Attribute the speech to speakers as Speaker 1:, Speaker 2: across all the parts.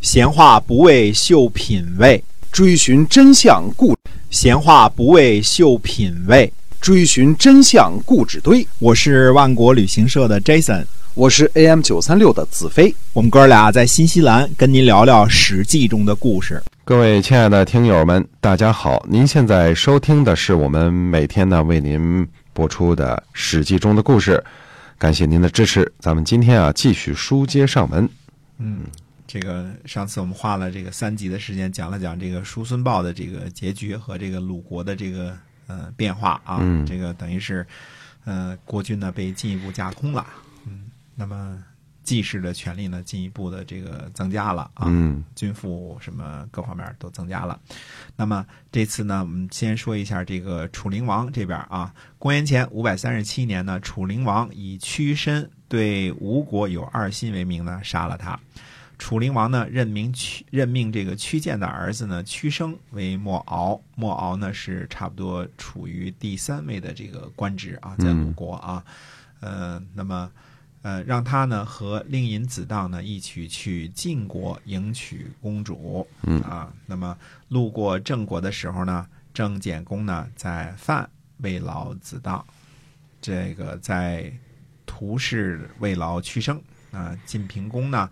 Speaker 1: 闲话不为秀品味，
Speaker 2: 追寻真相故
Speaker 1: 闲话不为秀品味。
Speaker 2: 追寻真相故纸堆。
Speaker 1: 我是万国旅行社的 Jason，
Speaker 2: 我是 AM 九三六的子飞。
Speaker 1: 我们哥俩在新西兰跟您聊聊《史记》中的故事。
Speaker 3: 各位亲爱的听友们，大家好！您现在收听的是我们每天呢为您播出的《史记》中的故事，感谢您的支持。咱们今天啊继续书接上文，
Speaker 1: 嗯，这个上次我们花了这个三集的时间讲了讲这个叔孙豹的这个结局和这个鲁国的这个呃变化啊，
Speaker 3: 嗯
Speaker 1: 这个等于是呃国君呢被进一步架空了，嗯，那么季氏的权力呢进一步的这个增加了啊，
Speaker 3: 嗯
Speaker 1: 军赋什么各方面都增加了。那么这次呢，我们先说一下这个楚灵王这边啊。公元前五百三十七年呢，楚灵王以屈身对吴国有二心为名呢，杀了他。楚灵王呢，任命屈任命这个屈建的儿子呢屈生为莫敖，莫敖呢是差不多处于第三位的这个官职啊，在
Speaker 3: 嗯
Speaker 1: 吴国啊，呃，那么呃，让他呢和令尹子荡呢一起去晋国迎娶公主，
Speaker 3: 嗯
Speaker 1: 啊，那么路过郑国的时候呢，郑简公呢在范慰劳子荡，这个在屠氏慰劳屈生啊，晋平公呢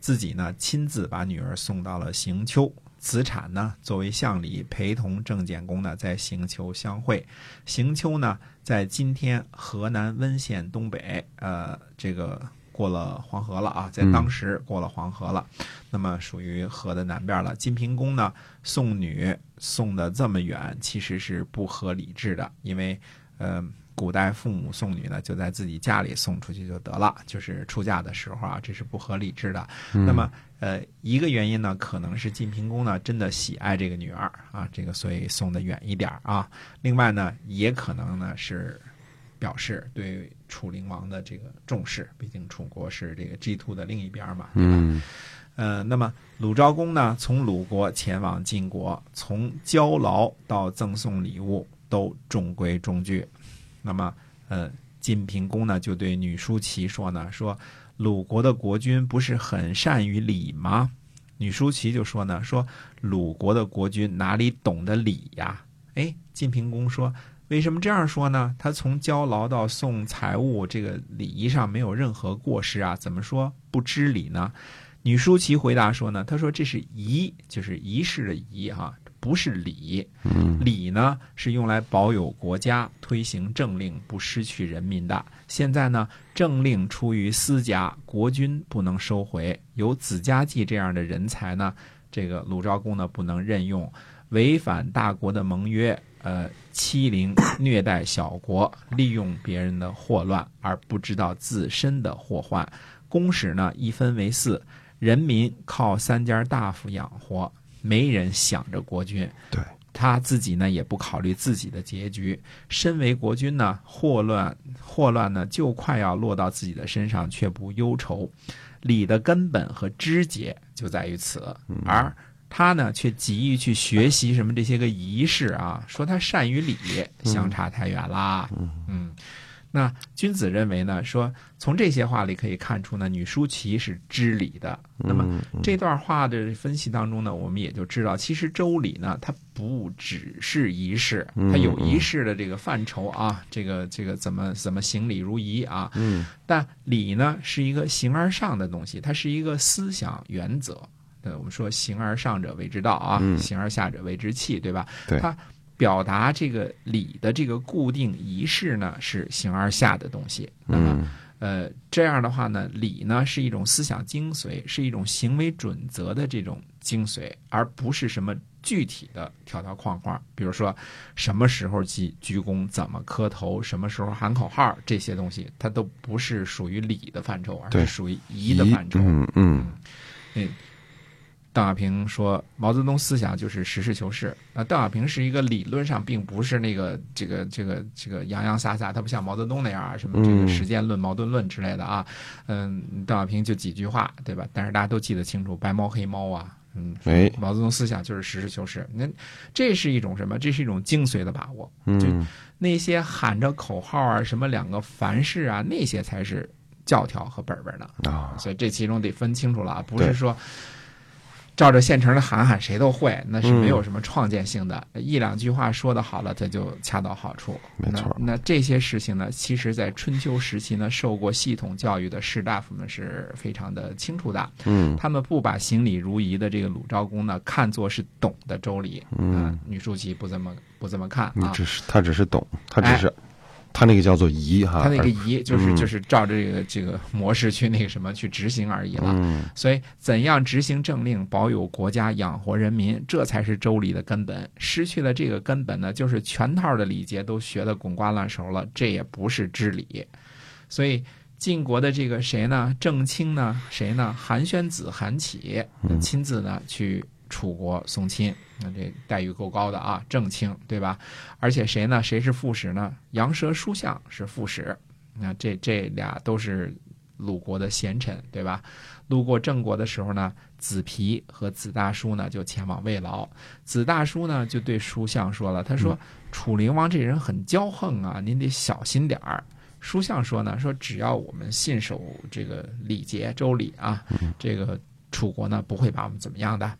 Speaker 1: 自己呢亲自把女儿送到了行丘。子产呢，作为相礼，陪同郑简公呢，在行丘相会。行丘呢，在今天河南温县东北，呃，这个过了黄河了啊，在
Speaker 3: 嗯
Speaker 1: 当时过了黄河了，那么属于河的南边了。晋平公呢，送女送的这么远，其实是不合理智的，因为，呃，古代父母送女呢，就在自己家里送出去就得了，就是出嫁的时候啊，这是不合理智的。
Speaker 3: 嗯
Speaker 1: 那么，呃，一个原因呢，可能是晋平公呢真的喜爱这个女儿啊，这个所以送的远一点儿啊。另外呢，也可能呢是表示对楚灵王的这个重视，毕竟楚国是这个 G two 的另一边儿嘛，对吧？
Speaker 3: 嗯
Speaker 1: 呃，那么鲁昭公呢，从鲁国前往晋国，从交劳到赠送礼物都中规中矩。那么，呃，晋平公呢就对女舒淇说呢，说鲁国的国君不是很善于礼吗？女舒淇就说呢，说鲁国的国君哪里懂得礼呀？哎，晋平公说，为什么这样说呢？他从交劳到送财物，这个礼仪上没有任何过失啊，怎么说不知礼呢？女舒淇回答说呢，她说这是仪，就是仪式的仪啊，不是礼。
Speaker 3: 嗯
Speaker 1: 礼呢是用来保有国家、推行政令不失去人民的。现在呢，政令出于私家，国君不能收回。有子家季这样的人才呢，这个鲁昭公呢不能任用，违反大国的盟约。呃，欺凌、虐待小国，利用别人的祸乱而不知道自身的祸患，公使呢一分为四，人民靠三家大夫养活，没人想着国君。
Speaker 3: 对，
Speaker 1: 他自己呢也不考虑自己的结局。身为国君呢，祸乱祸乱呢就快要落到自己的身上，却不忧愁。礼的根本和枝节就在于此，而。他呢，却急于去学习什么这些个仪式啊，说他善于礼，相差太远啦。嗯，那君子认为呢，说从这些话里可以看出呢，女舒淇是知礼的。那么
Speaker 3: 嗯
Speaker 1: 这段话的分析当中呢，我们也就知道，其实周礼呢，它不只是仪式，它有仪式的这个范畴啊，这个这个怎么怎么行礼如仪啊。嗯，但礼呢是一个形而上的东西，它是一个思想原则。对，我们说形而上者为之道啊，形而下者为之器，对吧？
Speaker 3: 对
Speaker 1: 它表达这个礼的这个固定仪式呢，是形而下的东西。那
Speaker 3: 嗯
Speaker 1: 么，呃，这样的话呢，礼呢是一种思想精髓，是一种行为准则的这种精髓，而不是什么具体的条条框框。比如说，什么时候鞠鞠躬，怎么磕头，什么时候喊口号，这些东西它都不是属于礼的范畴，而
Speaker 3: 对
Speaker 1: 是属于仪的范畴。
Speaker 3: 嗯嗯
Speaker 1: 那邓小平说，毛泽东思想就是实事求是。那邓小平是一个理论上并不是那个这个这个这个洋洋洒洒，他不像毛泽东那样啊，什么这个
Speaker 3: 嗯
Speaker 1: 实践论、矛盾论之类的啊。嗯，邓小平就几句话，对吧？但是大家都记得清楚，白猫黑猫啊。嗯，
Speaker 3: 哎
Speaker 1: 毛泽东思想就是实事求是。那这是一种什么？这是一种精髓的把握。就
Speaker 3: 嗯
Speaker 1: 那些喊着口号啊，什么两个凡是啊，那些才是教条和本本呢。
Speaker 3: 啊
Speaker 1: 所以这其中得分清楚了啊，不是
Speaker 3: 对
Speaker 1: 说照着现成的喊喊，谁都会，那是没有
Speaker 3: 嗯
Speaker 1: 什么创建性的。一两句话说的好了，这就恰到好处。
Speaker 3: 没错
Speaker 1: 那。那这些事情呢，其实在春秋时期呢，受过系统教育的士大夫们是非常的清楚的。
Speaker 3: 嗯
Speaker 1: 他们不把行礼如仪的这个鲁昭公呢看作是懂的周礼，啊
Speaker 3: 嗯，，
Speaker 1: 女书记不这么不这么看
Speaker 3: 你
Speaker 1: 啊。
Speaker 3: 只是他只是懂，他只
Speaker 1: 哎
Speaker 3: 是他那个叫做仪哈，
Speaker 1: 他那个
Speaker 3: 而
Speaker 1: 仪就是
Speaker 3: 嗯
Speaker 1: 就是照这个这个模式去那个什么去执行而已了。
Speaker 3: 嗯
Speaker 1: 所以，怎样执行政令，保有国家，养活人民，这才是周礼的根本。失去了这个根本呢，就是全套的礼节都学得滚瓜烂熟了，这也不是知礼。所以，晋国的这个谁呢？郑卿呢？谁呢？韩宣子韩起
Speaker 3: 嗯
Speaker 1: 亲自呢去楚国送亲，那这待遇够高的啊，郑卿对吧？而且谁呢？谁是副使呢？杨蛇书相是副使，那这这俩都是鲁国的贤臣，对吧？路过郑国的时候呢，子皮和子大叔呢就前往慰劳。子大叔呢就对叔相说了，他说：“楚灵王这人很骄横啊，您得小心点儿。”叔相说呢，说只要我们信守这个礼节周礼啊，这个楚国呢不会把我们怎么样的。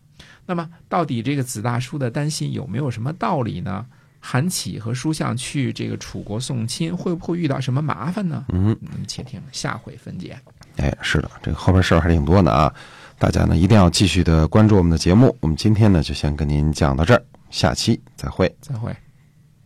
Speaker 1: 那么，到底这个子大叔的担心有没有什么道理呢？韩起和叔相去这个楚国送亲，会不会遇到什么麻烦呢？
Speaker 3: 嗯，
Speaker 1: 我们且听下回分解。
Speaker 3: 哎，是的，这个后边事儿还挺多呢啊，大家呢一定要继续的关注我们的节目。我们今天呢就先跟您讲到这儿，下期再会。
Speaker 1: 再会。